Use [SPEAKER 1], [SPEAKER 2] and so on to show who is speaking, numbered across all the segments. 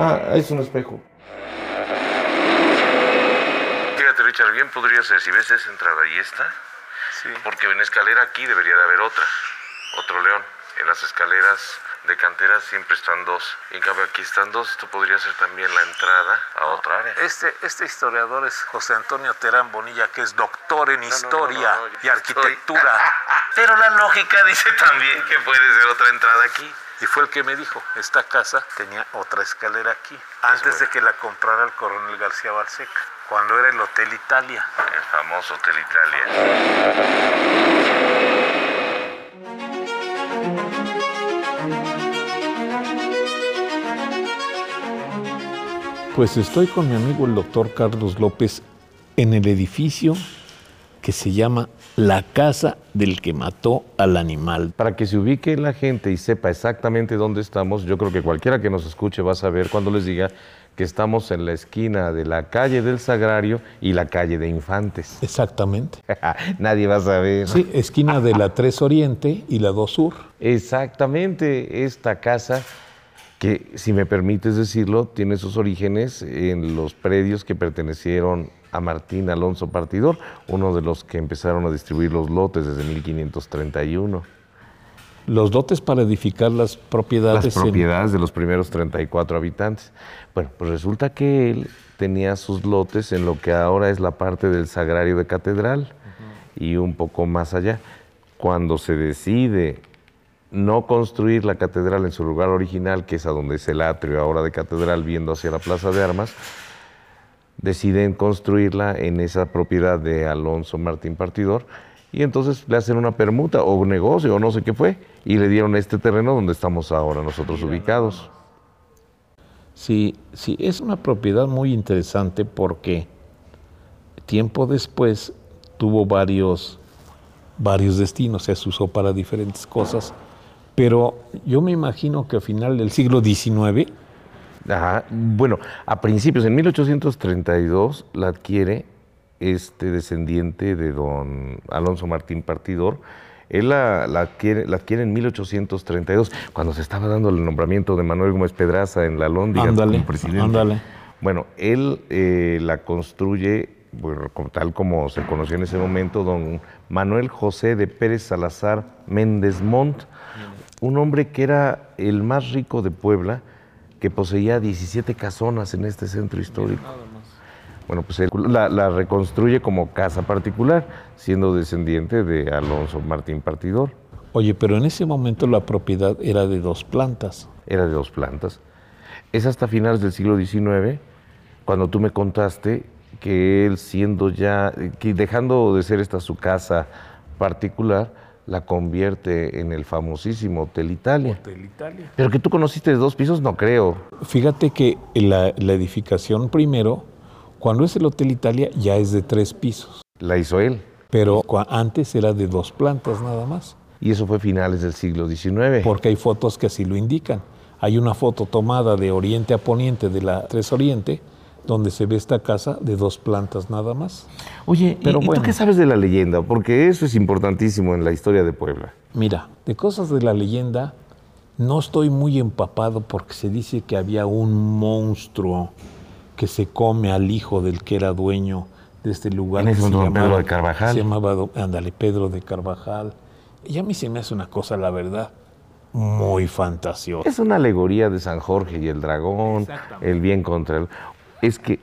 [SPEAKER 1] Ah, es un espejo.
[SPEAKER 2] Fíjate, Richard, bien podría ser. Si ves esa entrada y esta, porque en escalera aquí debería de haber otra, otro león. En las escaleras de canteras siempre están dos. En cambio, aquí están dos. Esto podría ser también la entrada a otra área.
[SPEAKER 3] Este, este historiador es José Antonio Terán Bonilla, que es doctor en historia
[SPEAKER 2] no, no, yo
[SPEAKER 3] y
[SPEAKER 2] soy-
[SPEAKER 3] arquitectura.
[SPEAKER 2] Pero la lógica dice también que puede ser otra entrada aquí.
[SPEAKER 3] Y fue el que me dijo, esta casa tenía otra escalera aquí, antes de que la comprara el coronel García Balseca, cuando era el Hotel Italia.
[SPEAKER 2] El famoso Hotel Italia.
[SPEAKER 4] Pues estoy con mi amigo el doctor Carlos López en el edificio que se llama La Casa del que mató al animal.
[SPEAKER 1] Para que se ubique la gente y sepa exactamente dónde estamos, yo creo que cualquiera que nos escuche va a saber cuando les diga que estamos en la esquina de la calle del Sagrario y la calle de Infantes.
[SPEAKER 4] Exactamente.
[SPEAKER 1] Nadie va a saber.
[SPEAKER 4] Sí, esquina de la 3 Oriente y la 2 Sur.
[SPEAKER 1] Exactamente, esta casa que, si me permites decirlo, tiene sus orígenes en los predios que pertenecieron a Martín Alonso Partidor, uno de los que empezaron a distribuir los lotes desde 1531.
[SPEAKER 4] Los dotes para edificar las propiedades.
[SPEAKER 1] Las
[SPEAKER 4] en-
[SPEAKER 1] propiedades de los primeros 34 habitantes. Bueno, pues resulta que él tenía sus lotes en lo que ahora es la parte del Sagrario de Catedral y un poco más allá. Cuando se decide no construir la catedral en su lugar original, que es a donde es el atrio ahora de catedral, viendo hacia la Plaza de Armas, deciden construirla en esa propiedad de Alonso Martín Partidor y entonces le hacen una permuta o un negocio o no sé qué fue y le dieron este terreno donde estamos ahora nosotros ubicados.
[SPEAKER 4] Sí, sí, es una propiedad muy interesante porque tiempo después tuvo varios, varios destinos, se usó para diferentes cosas, pero yo me imagino que a final del siglo XIX,
[SPEAKER 1] Ajá. Bueno, a principios, en 1832 la adquiere este descendiente de don Alonso Martín Partidor. Él la, la adquiere, la adquiere en 1832, cuando se estaba dando el nombramiento de Manuel Gómez Pedraza en la Londres
[SPEAKER 4] ándale,
[SPEAKER 1] como presidente.
[SPEAKER 4] ándale,
[SPEAKER 1] Bueno, él eh, la construye, bueno, como- tal como se conoció en ese momento, don Manuel José de Pérez Salazar Méndez Montt, un hombre que era el más rico de Puebla, que poseía 17 casonas en este centro histórico. Bueno, pues él la, la reconstruye como casa particular, siendo descendiente de Alonso Martín Partidor.
[SPEAKER 4] Oye, pero en ese momento la propiedad era de dos plantas.
[SPEAKER 1] era de dos plantas. Es hasta finales del siglo XIX cuando tú me contaste que él siendo ya, que dejando de ser esta su casa particular, la convierte en el famosísimo Hotel Italia. Pero que tú conociste de dos pisos, no creo.
[SPEAKER 4] Fíjate que la, la edificación primero, cuando es el Hotel Italia, ya es de tres pisos,
[SPEAKER 1] La hizo él.
[SPEAKER 4] pero cua- antes era de dos plantas nada más.
[SPEAKER 1] Y eso fue finales del siglo XIX.
[SPEAKER 4] porque hay fotos que así lo indican. Hay una foto tomada de oriente a poniente de la 3 Oriente, donde se ve esta casa de dos plantas nada más.
[SPEAKER 1] Oye, ¿y-
[SPEAKER 4] Pero
[SPEAKER 1] ¿y,
[SPEAKER 4] bueno.
[SPEAKER 1] tú qué sabes de la leyenda? Porque eso es importantísimo en la historia de Puebla.
[SPEAKER 4] Mira, de cosas de la leyenda, no estoy muy empapado porque se dice que había un monstruo que se come al hijo del que era dueño de este lugar.
[SPEAKER 1] En
[SPEAKER 4] que
[SPEAKER 1] ese
[SPEAKER 4] se
[SPEAKER 1] don Pedro
[SPEAKER 4] llamaba-
[SPEAKER 1] de Carvajal.
[SPEAKER 4] Se llamaba, do- ándale, Pedro de Carvajal. Y a mí se me hace una cosa, la verdad, muy fantasiosa.
[SPEAKER 1] Es una alegoría de San Jorge y el dragón,
[SPEAKER 4] Exactamente.
[SPEAKER 1] el bien contra el... Es que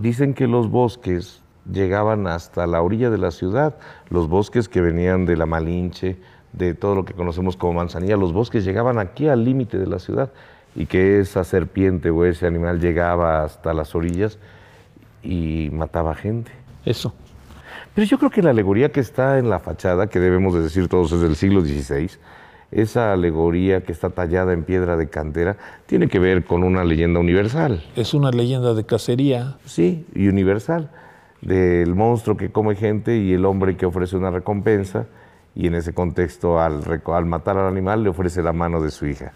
[SPEAKER 1] dicen que los bosques llegaban hasta la orilla de la ciudad, los bosques que venían de la Malinche, de todo lo que conocemos como manzanilla, los bosques llegaban aquí al límite de la ciudad y que esa serpiente o ese animal llegaba hasta las orillas y mataba gente.
[SPEAKER 4] Eso.
[SPEAKER 1] Pero yo creo que la alegoría que está en la fachada, que debemos de decir todos es del siglo XVI, esa alegoría que está tallada en piedra de cantera tiene que ver con una leyenda universal.
[SPEAKER 4] Es una leyenda de cacería.
[SPEAKER 1] Sí, y universal. Del monstruo que come gente y el hombre que ofrece una recompensa. Y en ese contexto, al, reco- al matar al animal, le ofrece la mano de su hija.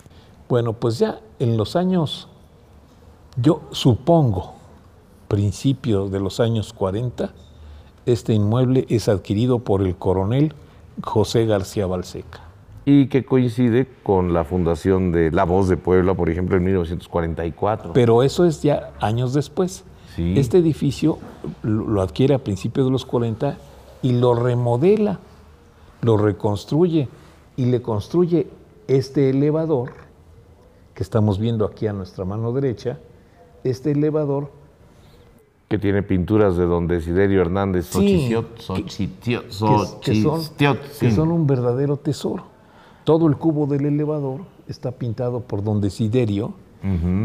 [SPEAKER 4] Bueno, pues ya en los años, yo supongo, principios de los años 40, este inmueble es adquirido por el coronel José García Balseca.
[SPEAKER 1] Y que coincide con la fundación de La Voz de Puebla, por ejemplo, en 1944.
[SPEAKER 4] Pero eso es ya años después.
[SPEAKER 1] Sí.
[SPEAKER 4] Este edificio lo lo adquiere a principios de los 40 y lo remodela, lo reconstruye y le construye este elevador que estamos viendo aquí a nuestra mano derecha, este elevador
[SPEAKER 1] que tiene pinturas de don Desiderio Hernández
[SPEAKER 4] Sí,
[SPEAKER 1] Xochitl- Xochitl-
[SPEAKER 4] que, que son, que son
[SPEAKER 1] Xochitl-
[SPEAKER 4] un verdadero tesoro. Todo el cubo del elevador está pintado por don Desiderio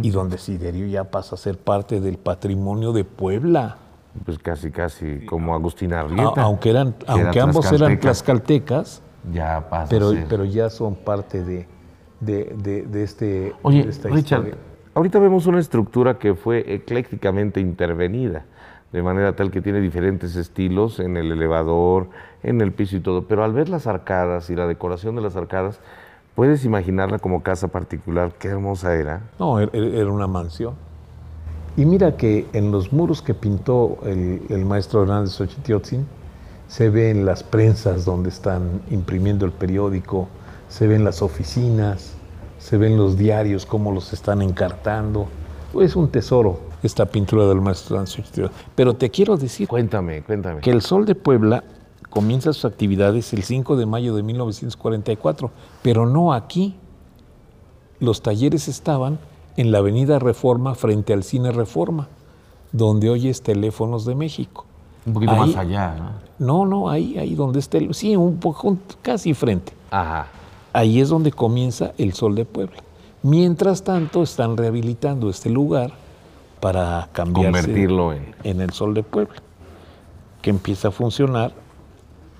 [SPEAKER 4] y don Desiderio ya pasa a ser parte del patrimonio de Puebla.
[SPEAKER 1] Pues casi, casi como Agustín
[SPEAKER 4] A-
[SPEAKER 1] Arrieta.
[SPEAKER 4] Ah, aunque eran,
[SPEAKER 1] que era
[SPEAKER 4] aunque ambos eran
[SPEAKER 1] tlaxcalteca.
[SPEAKER 4] tlaxcaltecas,
[SPEAKER 1] Ya pasa. a
[SPEAKER 4] pero,
[SPEAKER 1] ser.
[SPEAKER 4] pero ya son parte de, de, de- de este.
[SPEAKER 1] Oye,
[SPEAKER 4] de esta
[SPEAKER 1] Richard,
[SPEAKER 4] historia.
[SPEAKER 1] ahorita vemos una estructura que fue eclécticamente intervenida, de manera tal que tiene diferentes estilos en el elevador, en el piso y todo, pero al ver las arcadas y la decoración de las arcadas, puedes imaginarla como casa particular, qué hermosa era.
[SPEAKER 4] No, er- er- era una mansión. Y mira que en los muros que pintó el, el maestro Hernández Xochitl se ven las prensas donde están imprimiendo el periódico, se ven las oficinas, se ven los diarios, cómo los están encartando. Es un tesoro esta pintura del maestro Hernández Xochitl. Pero te quiero decir
[SPEAKER 1] Cuéntame, cuéntame.
[SPEAKER 4] que el Sol de Puebla comienza sus actividades el 5 de mayo de 1944, pero no aquí. Los talleres estaban en la Avenida Reforma frente al Cine Reforma, donde hoy es Teléfonos de México.
[SPEAKER 1] Un poquito
[SPEAKER 4] Ahí-
[SPEAKER 1] más allá, ¿no?
[SPEAKER 4] No, no, ahí, ahí donde está el... Sí, un poco, un- casi frente.
[SPEAKER 1] Ajá.
[SPEAKER 4] Ahí es donde comienza el Sol de Puebla. Mientras tanto, están rehabilitando este lugar para cambiarse
[SPEAKER 1] Convertirlo en-
[SPEAKER 4] en el Sol de Puebla, que empieza a funcionar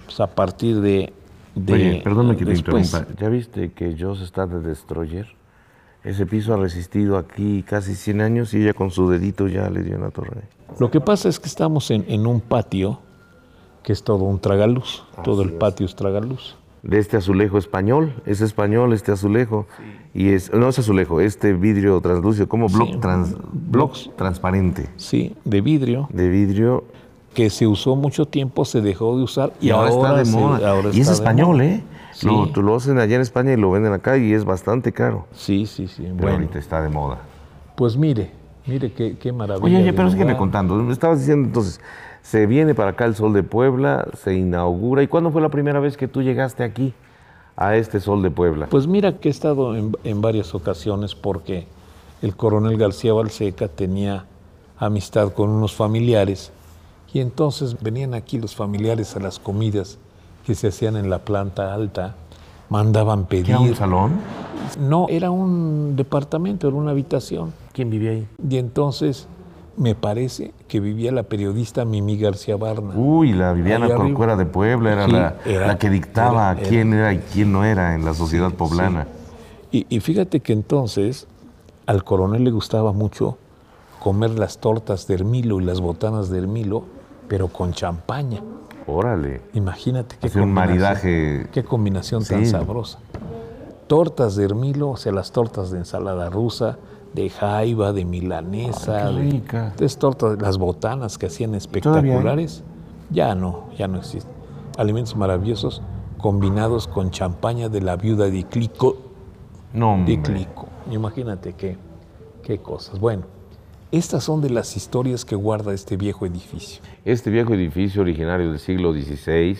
[SPEAKER 4] pues, a partir de. de
[SPEAKER 1] Oye, perdóname que
[SPEAKER 4] después.
[SPEAKER 1] te interrumpa. ¿Ya viste que Joss está de Destroyer? Ese piso ha resistido aquí casi 100 años y ella con su dedito ya le dio una torre.
[SPEAKER 4] Lo que pasa es que estamos en, en un patio que es todo un tragaluz, todo el patio es tragaluz.
[SPEAKER 1] De este azulejo español, es español este azulejo. Y es, no es azulejo, este vidrio translúcido, como block, trans-
[SPEAKER 4] blocks.
[SPEAKER 1] block transparente
[SPEAKER 4] Sí, de vidrio,
[SPEAKER 1] de vidrio.
[SPEAKER 4] que se usó mucho tiempo, se dejó de usar y, se-
[SPEAKER 1] y
[SPEAKER 4] ahora
[SPEAKER 1] es
[SPEAKER 4] está de
[SPEAKER 1] español,
[SPEAKER 4] moda.
[SPEAKER 1] ¿eh?
[SPEAKER 4] Sí.
[SPEAKER 1] Lo, lo hacen allá en España y lo venden acá y es bastante caro.
[SPEAKER 4] Sí, sí, sí.
[SPEAKER 1] Pero
[SPEAKER 4] bueno.
[SPEAKER 1] ahorita está de moda.
[SPEAKER 4] Pues mire, mire qué, qué maravilla.
[SPEAKER 1] Oye, oye,
[SPEAKER 4] de
[SPEAKER 1] pero sígueme
[SPEAKER 4] lugar.
[SPEAKER 1] contando. Me estabas diciendo entonces, se viene para acá el Sol de Puebla, se inaugura. ¿Y cuándo fue la primera vez que tú llegaste aquí, a este Sol de Puebla?
[SPEAKER 4] Pues mira que he estado en, en varias ocasiones porque el coronel García Balseca tenía amistad con unos familiares y entonces venían aquí los familiares a las comidas que se hacían en la planta alta, mandaban
[SPEAKER 1] ¿Qué era un
[SPEAKER 4] pedir.
[SPEAKER 1] salón?
[SPEAKER 4] No, era un departamento, era una habitación.
[SPEAKER 1] ¿Quién vivía ahí?
[SPEAKER 4] Y entonces me parece que vivía la periodista Mimi García Barna.
[SPEAKER 1] Uy, la Viviana
[SPEAKER 4] Ahí arriba.
[SPEAKER 1] Corcuera de Puebla era,
[SPEAKER 4] Sí,
[SPEAKER 1] la,
[SPEAKER 4] era-
[SPEAKER 1] la que dictaba
[SPEAKER 4] era-
[SPEAKER 1] quién era y quién no era en la sociedad poblana.
[SPEAKER 4] Y, y fíjate que entonces al coronel le gustaba mucho comer las tortas de Hermilo y las botanas de Hermilo, pero con champaña.
[SPEAKER 1] Órale.
[SPEAKER 4] Imagínate qué
[SPEAKER 1] Hacía un
[SPEAKER 4] combinación-
[SPEAKER 1] maridaje.
[SPEAKER 4] Qué combinación tan
[SPEAKER 1] Sí.
[SPEAKER 4] sabrosa. Tortas de Hermilo, o sea, las tortas de ensalada rusa, de jaiba, de milanesa,
[SPEAKER 1] Ay, qué
[SPEAKER 4] de-
[SPEAKER 1] rica.
[SPEAKER 4] de estas tortas, las botanas que hacían
[SPEAKER 1] todavía hay?
[SPEAKER 4] espectaculares. Ya no, ya no existen. Alimentos maravillosos combinados con champaña de la viuda de Clico
[SPEAKER 1] No,
[SPEAKER 4] de
[SPEAKER 1] hombre.
[SPEAKER 4] Clico. Imagínate qué, qué cosas. Bueno, estas son de las historias que guarda este viejo edificio.
[SPEAKER 1] Este viejo edificio originario del siglo XVI,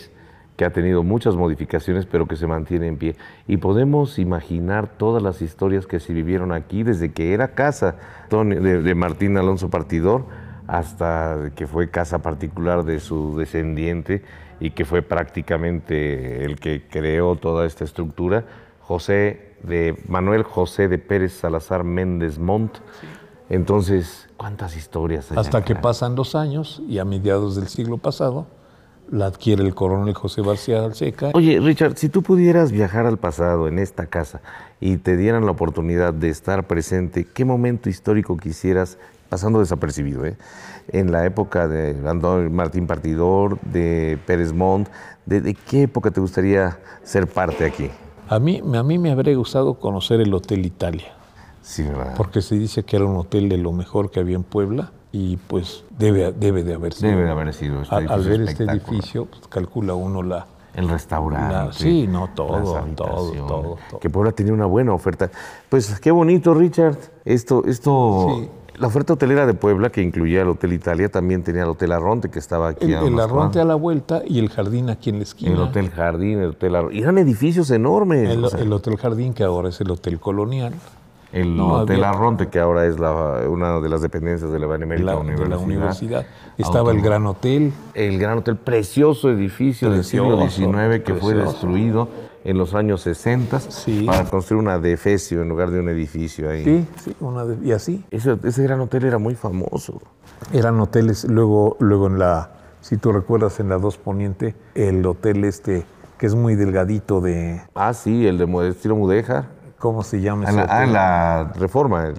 [SPEAKER 1] que ha tenido muchas modificaciones, pero que se mantiene en pie. Y podemos imaginar todas las historias que se vivieron aquí desde que era casa Tony- de, de Martín Alonso Partidor hasta que fue casa particular de su descendiente y que fue prácticamente el que creó toda esta estructura, José de Manuel José de Pérez Salazar Méndez Montt. Entonces, ¿cuántas historias hay
[SPEAKER 4] Hasta
[SPEAKER 1] acá?
[SPEAKER 4] que pasan los años y a mediados del siglo pasado la adquiere el coronel José García Alseca.
[SPEAKER 1] Oye, Richard, si tú pudieras viajar al pasado en esta casa y te dieran la oportunidad de estar presente, ¿qué momento histórico quisieras, pasando desapercibido, eh? en la época de Andón Martín Partidor, de Pérez Montt, de, de qué época te gustaría ser parte aquí?
[SPEAKER 4] A mí, a mí me habría gustado conocer el Hotel Italia,
[SPEAKER 1] Sí, ¿verdad?
[SPEAKER 4] porque se dice que era un hotel de lo mejor que había en Puebla y pues debe, debe de haber sido.
[SPEAKER 1] Debe de haber sido este
[SPEAKER 4] Al- al
[SPEAKER 1] edificio
[SPEAKER 4] ver este
[SPEAKER 1] espectacular.
[SPEAKER 4] edificio, pues, calcula uno la,
[SPEAKER 1] El restaurante.
[SPEAKER 4] La- sí, no, todo,
[SPEAKER 1] las
[SPEAKER 4] todo,
[SPEAKER 1] habitaciones.
[SPEAKER 4] todo, todo.
[SPEAKER 1] Que Puebla tenía una buena oferta. Pues qué bonito, Richard. Esto, esto.
[SPEAKER 4] Sí.
[SPEAKER 1] La oferta hotelera de Puebla, que incluía el Hotel Italia, también tenía el Hotel Arronte, que estaba aquí.
[SPEAKER 4] el,
[SPEAKER 1] a
[SPEAKER 4] el
[SPEAKER 1] unas
[SPEAKER 4] arronte
[SPEAKER 1] cuadras.
[SPEAKER 4] a la vuelta y el jardín aquí en la esquina.
[SPEAKER 1] El Hotel Jardín, el Hotel Arronte. Y eran edificios enormes.
[SPEAKER 4] El,
[SPEAKER 1] o sea,
[SPEAKER 4] el Hotel Jardín, que ahora es el Hotel Colonial,
[SPEAKER 1] el
[SPEAKER 4] no
[SPEAKER 1] Hotel
[SPEAKER 4] había-
[SPEAKER 1] Arronte, que ahora es la- una de las dependencias de la
[SPEAKER 4] de
[SPEAKER 1] Benemérita
[SPEAKER 4] la, de la
[SPEAKER 1] Universidad.
[SPEAKER 4] universidad. Estaba el
[SPEAKER 1] Autónoma.
[SPEAKER 4] Gran Hotel,
[SPEAKER 1] el gran hotel, precioso edificio del
[SPEAKER 4] Precioso,
[SPEAKER 1] siglo XIX que fue
[SPEAKER 4] precioso.
[SPEAKER 1] destruido en los años 60
[SPEAKER 4] Sí.
[SPEAKER 1] para construir una defesio en lugar de un edificio ahí.
[SPEAKER 4] sí, sí, una de- y así.
[SPEAKER 1] Ese, ese gran hotel era muy famoso.
[SPEAKER 4] Eran hoteles, luego, luego en la, si tú recuerdas, en la 2 Poniente, el hotel este, que es muy delgadito de,
[SPEAKER 1] Ah, sí, el de mo- estilo Mudeja.
[SPEAKER 4] ¿cómo se llama
[SPEAKER 1] Ah,
[SPEAKER 4] ese
[SPEAKER 1] en la, ah,
[SPEAKER 4] hotel?
[SPEAKER 1] en la reforma. el-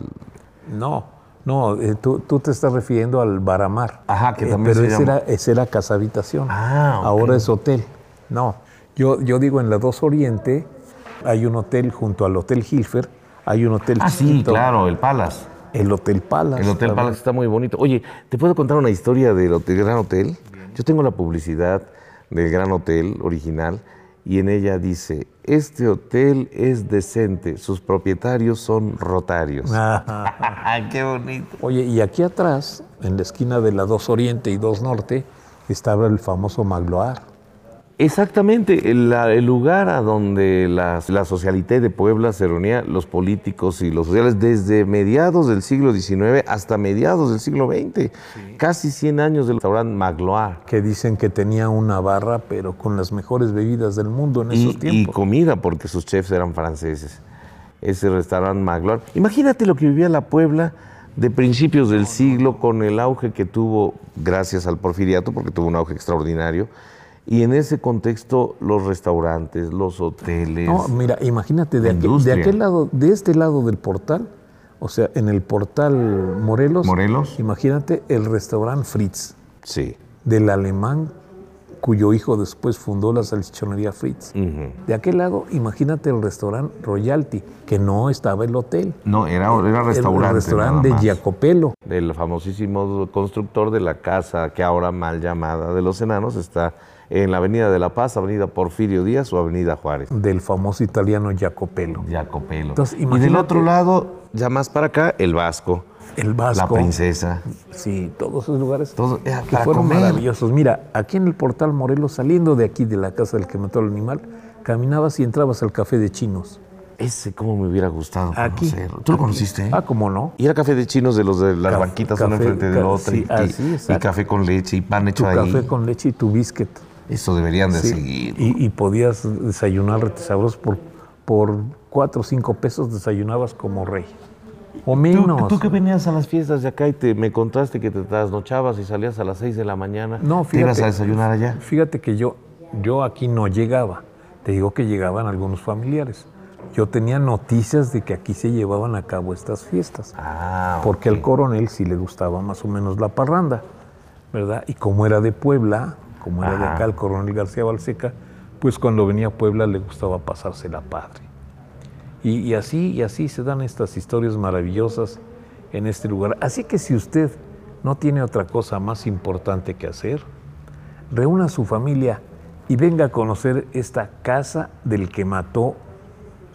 [SPEAKER 4] No, no, eh, tú, tú te estás refiriendo al Baramar. Eh,
[SPEAKER 1] Ajá, que también se
[SPEAKER 4] pero ese,
[SPEAKER 1] llama.
[SPEAKER 4] Era, ese era casa habitación.
[SPEAKER 1] Ah, ok.
[SPEAKER 4] Ahora es hotel. No, yo, yo digo en la 2 Oriente hay un hotel junto al Hotel Hilfer, hay un hotel
[SPEAKER 1] Ah, sí,
[SPEAKER 4] chiquito,
[SPEAKER 1] claro, el Palace.
[SPEAKER 4] el Hotel Palace.
[SPEAKER 1] El Hotel
[SPEAKER 4] también.
[SPEAKER 1] Palace está muy bonito. Oye, ¿te puedo contar una historia del hotel- Gran Hotel? Yo tengo la publicidad del Gran Hotel original y en ella dice, este hotel es decente, sus propietarios son rotarios.
[SPEAKER 4] Ah. Ajá.
[SPEAKER 1] ¡Qué bonito!
[SPEAKER 4] Oye, y aquí atrás, en la esquina de la 2 Oriente y 2 Norte, estaba el famoso Magloire.
[SPEAKER 1] Exactamente, el, la- el lugar a donde la, la socialité de Puebla se reunía, los políticos y los sociales, desde mediados del siglo XIX hasta mediados del siglo XX. Casi 100 años del restaurante Magloire.
[SPEAKER 4] que dicen que tenía una barra, pero con las mejores bebidas del mundo en
[SPEAKER 1] y,
[SPEAKER 4] esos
[SPEAKER 1] y
[SPEAKER 4] tiempos.
[SPEAKER 1] comida, porque sus chefs eran franceses. Ese restaurante Magloire. Imagínate lo que vivía la Puebla de principios del siglo con el auge que tuvo gracias al porfiriato, porque tuvo un auge extraordinario. Y en ese contexto, los restaurantes, los hoteles.
[SPEAKER 4] No, mira, imagínate, de aquel, de
[SPEAKER 1] Industria.
[SPEAKER 4] aquel lado, de este lado del portal, o sea, en el portal Morelos,
[SPEAKER 1] Morelos.
[SPEAKER 4] imagínate el restaurante Fritz,
[SPEAKER 1] Sí.
[SPEAKER 4] del alemán cuyo hijo después fundó la salchichonería Fritz.
[SPEAKER 1] Ujú.
[SPEAKER 4] De aquel lado, imagínate el restaurante Royalty, que no estaba el hotel.
[SPEAKER 1] No, era, era
[SPEAKER 4] El-
[SPEAKER 1] restaurante.
[SPEAKER 4] El restaurante
[SPEAKER 1] nada
[SPEAKER 4] de
[SPEAKER 1] más.
[SPEAKER 4] Giacopelo.
[SPEAKER 1] del famosísimo constructor de la casa que ahora mal llamada de los enanos está en la Avenida de la Paz, Avenida Porfirio Díaz o Avenida Juárez.
[SPEAKER 4] del famoso italiano Giacopelo.
[SPEAKER 1] Jacopelo.
[SPEAKER 4] Entonces,
[SPEAKER 1] y del
[SPEAKER 4] imagínate-
[SPEAKER 1] otro lado, ya más para acá, el Vasco,
[SPEAKER 4] El Vasco.
[SPEAKER 1] la Princesa.
[SPEAKER 4] Sí, todos esos lugares
[SPEAKER 1] Todos- eh,
[SPEAKER 4] que
[SPEAKER 1] para
[SPEAKER 4] fueron
[SPEAKER 1] comer.
[SPEAKER 4] maravillosos. Mira, aquí en el portal Morelos, saliendo de aquí de la casa del que mató al animal, caminabas y entrabas al café de chinos.
[SPEAKER 1] Ese cómo me hubiera gustado
[SPEAKER 4] Aquí.
[SPEAKER 1] conocerlo. Ah, ¿Tú lo
[SPEAKER 4] Aquí.
[SPEAKER 1] conociste? eh?
[SPEAKER 4] Ah, cómo no.
[SPEAKER 1] Y era café de chinos de los de las
[SPEAKER 4] Caf-
[SPEAKER 1] banquitas
[SPEAKER 4] café-
[SPEAKER 1] una enfrente del
[SPEAKER 4] ca-
[SPEAKER 1] otro.
[SPEAKER 4] sí,
[SPEAKER 1] y-
[SPEAKER 4] así,
[SPEAKER 1] y,
[SPEAKER 4] exacto.
[SPEAKER 1] café con leche y pan
[SPEAKER 4] Tu
[SPEAKER 1] hecho ahí.
[SPEAKER 4] café con leche y tu biscuit.
[SPEAKER 1] Eso deberían de
[SPEAKER 4] Sí.
[SPEAKER 1] seguir.
[SPEAKER 4] Y, y podías desayunar retesados por, por cuatro o cinco pesos, desayunabas como rey. O menos.
[SPEAKER 1] Tú que venías a las fiestas de acá y te, me contaste que te trasnochabas y salías a las 6 de la mañana.
[SPEAKER 4] No,
[SPEAKER 1] ¿Te ibas
[SPEAKER 4] fíjate.
[SPEAKER 1] a desayunar allá?
[SPEAKER 4] Fíjate que yo, yo aquí no llegaba. Te digo que llegaban algunos familiares. Yo tenía noticias de que aquí se llevaban a cabo estas fiestas.
[SPEAKER 1] Ah,
[SPEAKER 4] porque al
[SPEAKER 1] ok.
[SPEAKER 4] coronel sí le gustaba más o menos la parranda, ¿verdad? Y como era de Puebla, como era de
[SPEAKER 1] Ajá.
[SPEAKER 4] acá el coronel García Balseca, pues cuando venía a Puebla le gustaba pasársela padre. Y, y así, y así se dan estas historias maravillosas en este lugar. Así que si usted no tiene otra cosa más importante que hacer, reúna a su familia y venga a conocer esta casa del que mató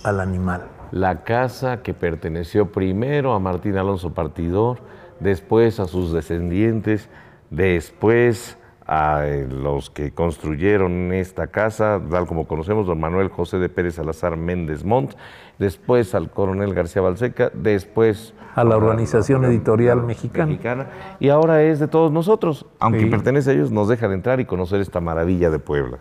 [SPEAKER 4] al animal.
[SPEAKER 1] La casa que perteneció primero a Martín Alonso Partidor, después a sus descendientes, después a eh, los que construyeron esta casa, tal como conocemos, don Manuel José de Pérez Salazar Méndez Montt, después al coronel García Balseca, después
[SPEAKER 4] A la Organización Editorial Mexicana.
[SPEAKER 1] mexicana, y ahora es de todos nosotros. Aunque
[SPEAKER 4] Sí.
[SPEAKER 1] pertenece a ellos, nos dejan entrar y conocer esta maravilla de Puebla.